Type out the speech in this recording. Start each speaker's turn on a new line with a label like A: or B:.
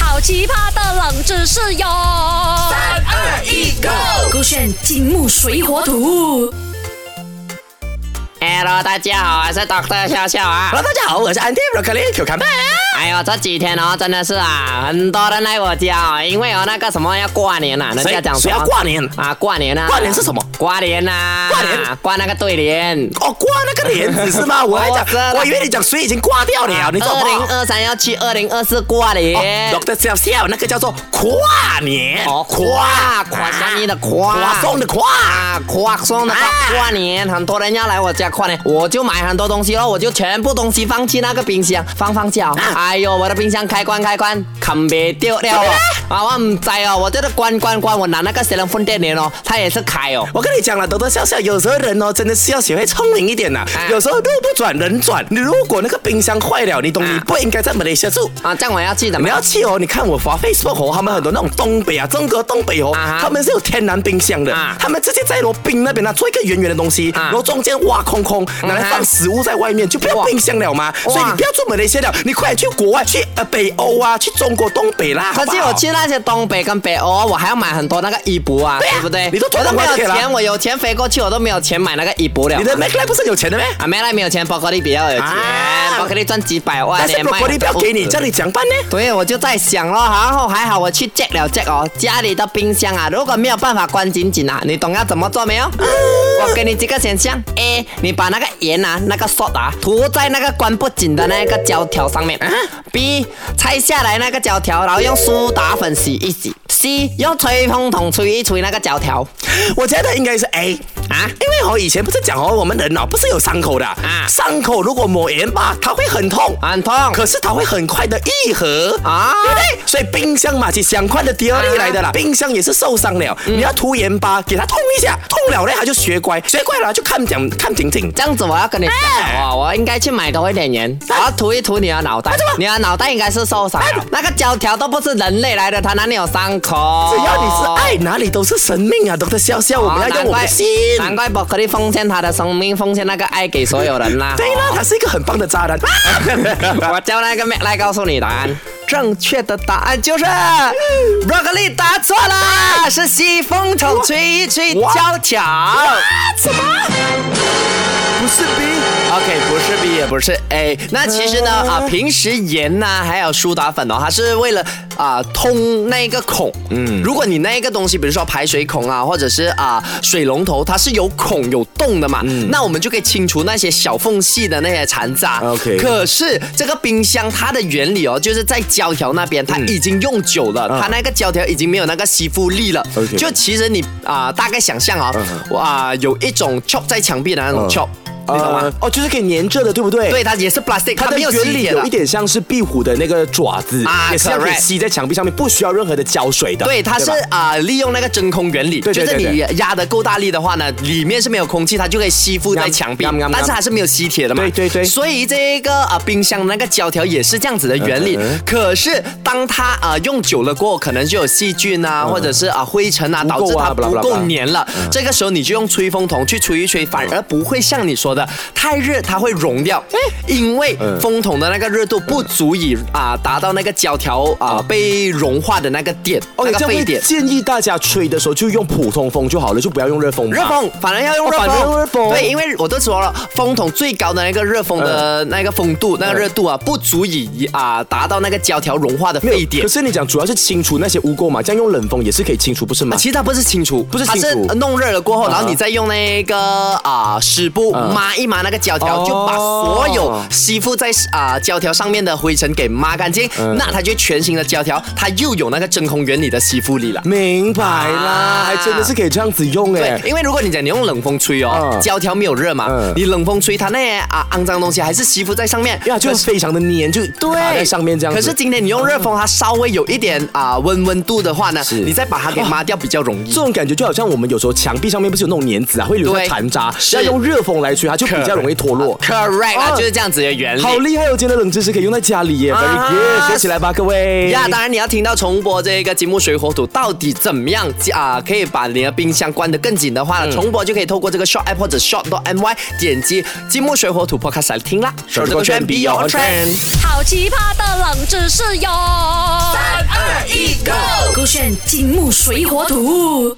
A: 好奇葩的冷知识哟！三
B: 二一，Go！
A: 勾选金木水火土。
C: Hello，大家好，我是 Doctor 笑笑啊。
B: Hello，大家好，我是 Andy Broccoli Q 康贝。
C: 哎呦，这几天哦，真的是啊，很多人来我家哦，因为有那个什么要过年啊呐、人
B: 谁
C: 家讲
B: 谁
C: 说
B: 要挂年？
C: 啊，过年啊，
B: 挂年是什么？
C: 挂年呐、
B: 挂年
C: 挂那个对联。
B: 哦，挂那个帘子是 吗？我还
C: 我知道
B: 讲，我以为你讲水已经挂掉了，啊你知道
C: 二零
B: 吗？
C: 二三要去二零二四挂年。
B: 哦，Doctor 笑笑，那个叫做跨年，
C: 哦，跨跨下面的跨，
B: 跨送的跨。
C: 啊，跨送的跨
B: 啊
C: 跨年，很多人要来我家跨年，我就买很多东西咯，我就全部东西放进那个冰箱，放放脚。哎呦，我的冰箱开关开关，砍别掉掉哦。啊，我唔知哦，我这个关关关，我拿那个小龙分电源哦，它也是开哦。
B: 我跟你讲了，多多笑笑，有时候人哦，真的是要学会聪明一点呐、
C: 哎
B: 有时候路不转人转，你如果那个冰箱坏了，你懂你
C: 啊
B: 不应该在马来西亚住。
C: 啊，这样我要去怎
B: 你
C: 么样？
B: 要去哦，你看我发 Facebook 哦，他们很多那种东北啊，中国东北哦，
C: 啊哈
B: 他们是有天然冰箱的，
C: 啊
B: 他们直接在罗冰那边呢、做一个圆圆的东西，
C: 啊
B: 然后中间挖空空，拿来放食物在外面，就不要
C: 哇
B: 冰箱了嘛。
C: 哇
B: 所以你不要住马来西亚了，你快点去国外，去呃北欧啊，去中国东北啦。
C: 可
B: 好
C: 是
B: 不
C: 啊我
B: 好
C: 去那些东北跟北欧，我还要买很多那个衣服啊，
B: 对啊
C: 对不对？
B: 你都
C: 我都没有
B: 赚到
C: 钱，
B: 钱了
C: 我有钱飞过去，我都没有钱买那个衣服了。
B: 你的 Mac 不是有钱的咩？
C: 啊，没啦，没有钱，宝格丽比较有钱
B: 啊，
C: 宝格丽赚几百万
B: 但
C: 呢，
B: 是我
C: 卖
B: 国力不要给你，
C: 裤子
B: 叫你讲办呢。
C: 对，我就在想咯，然后还好我去 check 了 check 哦，家里的冰箱啊，如果没有办法关紧紧啊，你懂要怎么做没有？我给你几个选项：A，你把那个盐啊，那个 salt 啊，涂在那个关不紧的那个胶条上面；B，拆下来那个胶条，然后用苏打粉洗一洗；C，用吹风筒吹一吹那个胶条。
B: 我觉得应该是 A
C: 啊
B: 因为哦，以前不是讲哦，我们人哦不是有伤口的啊
C: 啊，
B: 伤口如果抹盐巴，它会很痛，
C: 很痛
B: 可是它会很快的愈合啊
C: 啊，
B: 对不对？所以冰箱嘛是相关的第二例来的啦，冰箱也是受伤了，
C: 嗯
B: 你要涂盐巴给它痛一下，痛了嘞它就学乖，学乖了就看讲看婷婷。
C: 这样子我要
B: 哎
C: 跟你讲哦，我应该去买多一点盐，我要涂一涂你的脑
B: 啊
C: 袋，你的脑袋应该是受伤
B: 哎
C: 了，那个胶条都不是人类来的，它哪里有伤口？
B: 只要你是爱，哪里都是生命啊！懂得笑笑，我
C: 哦。
B: 们要用我们的心。
C: 难怪伯克利奉献他的生命，奉献那个爱给所有人啦。
B: 对啊了，他是一个很棒的渣 男。
C: 我叫那个 Mac 来告诉你答案。正确的答案 就是 broccoli 答错啦， 是西风筒吹一吹
B: 哇
C: 胶条。
B: 不是 B，
C: OK，不是 B 也不是 A。那其实呢，啊，平时盐呐、还有苏打粉哦，它是为了啊通那个孔。嗯，如果你那个东西，比如说排水孔啊，或者是啊水龙头，它是有孔有洞的嘛，
B: 嗯
C: 那我们就可以清除那些小缝隙的那些残渣。
B: OK
C: 可是这个冰箱它的原理哦，就是在胶条那边，
B: 嗯
C: 它已经用久了，它那个胶条已经没有那个吸附力了。
B: OK 嗯
C: 就其实你啊、大概想象啊、哦，啊、有一种 chop 在墙壁的那种 chop，、你懂吗？
B: 呃哦，就是可以粘着的，对不对？
C: 对，它也是 plastic，
B: 它
C: 它
B: 的
C: 没有
B: 原
C: 吸
B: 理
C: 铁
B: 有
C: 的
B: 一。点啊像是壁虎的那个爪子，
C: 啊
B: 也是要可以
C: correct
B: 吸在墙壁上面，不需要任何的胶水的。
C: 对，它是
B: 吧
C: 啊、利用那个真空原理，
B: 对对对
C: 就是你压的够大力的话呢，里面是没有空气，它就可以吸附在墙壁
B: 啱啱啱，
C: 但是它是没有吸铁的嘛。
B: 对对对
C: 所以这个啊、冰箱那个胶条也是这样子的原理，
B: 嗯
C: 可是当它啊、用久了过后，可能就有细菌啊，或者是啊、灰尘啊，导
B: 够
C: 致
B: 嗯啊
C: 它
B: ，blah
C: 不
B: blah
C: 够
B: blah
C: 粘了。这个时候你就用吹风筒去吹一吹，反而不会像你说的太热，它会溶掉，
D: 嗯
C: 因为风筒的那个热度不足以啊、达到那个胶条啊、被融化的那个点，
D: OK，
C: 那
D: 哦这样
C: 个沸
D: 会嗯
C: 点。
D: 建议大家吹的时候就用普通风就好了，就不要用热风吧。
C: 热风，反而要用热风。
D: 哦反而用热风
C: 对，因为我都说了，风筒最高的那个热风的
D: 嗯
C: 那个风度、那个热度啊，不足以啊达到那个胶条融化的沸点
D: 可。是你讲主要是清除那些污垢嘛，这样用冷风也是可以清除，不是吗？
C: 啊其实它不是清除，不
D: 是清除
C: 它是弄热了过后，然后你再用那个啊湿布
D: 嗯
C: 抹一抹那个胶条，
D: 哦
C: 就把所有吸附在啊胶条上面的灰尘给抹干净，
D: 嗯
C: 那它就全新的胶条，它又有那个真空原理的吸附力了。
D: 明白啦，
C: 啊
D: 还真的是可以这样子用哎
C: 对，。因为如果你讲你用冷风吹哦，
D: 嗯
C: 胶条没有热嘛，
D: 嗯
C: 你冷风吹它那些啊肮脏东西还是吸附在上面，
D: 呀，就
C: 可是
D: 非常的黏，就卡在上面这样子。
C: 可是今天你用热风，它稍微有一点啊、温温度的话呢，
D: 是
C: 你再把它给抹掉比较容易
D: 这。种感觉就好像我们有时候墙壁上面不是有那种粘子啊，会留下
C: 对
D: 残渣，
C: 是
D: 要用热风来吹，它就比较容易脱落。
C: Correct 啊，
D: 哦
C: 就是这样子的原理。
D: 好厉害哦！今天的冷知识可以用在家里耶，very
C: 啊
D: good，学起来吧，各位。
C: 呀当然你要听到重播这个金木水火土到底怎么样啊、可以把你的冰箱关得更紧的话呢，重播就可以透过这个 Short App 或者 Short My 点击金木水火土 Podcast 来听啦。
D: 手机勾选 Be Your Trend
A: 好奇葩的冷知识哟！三
B: 二
A: 选金木水火土。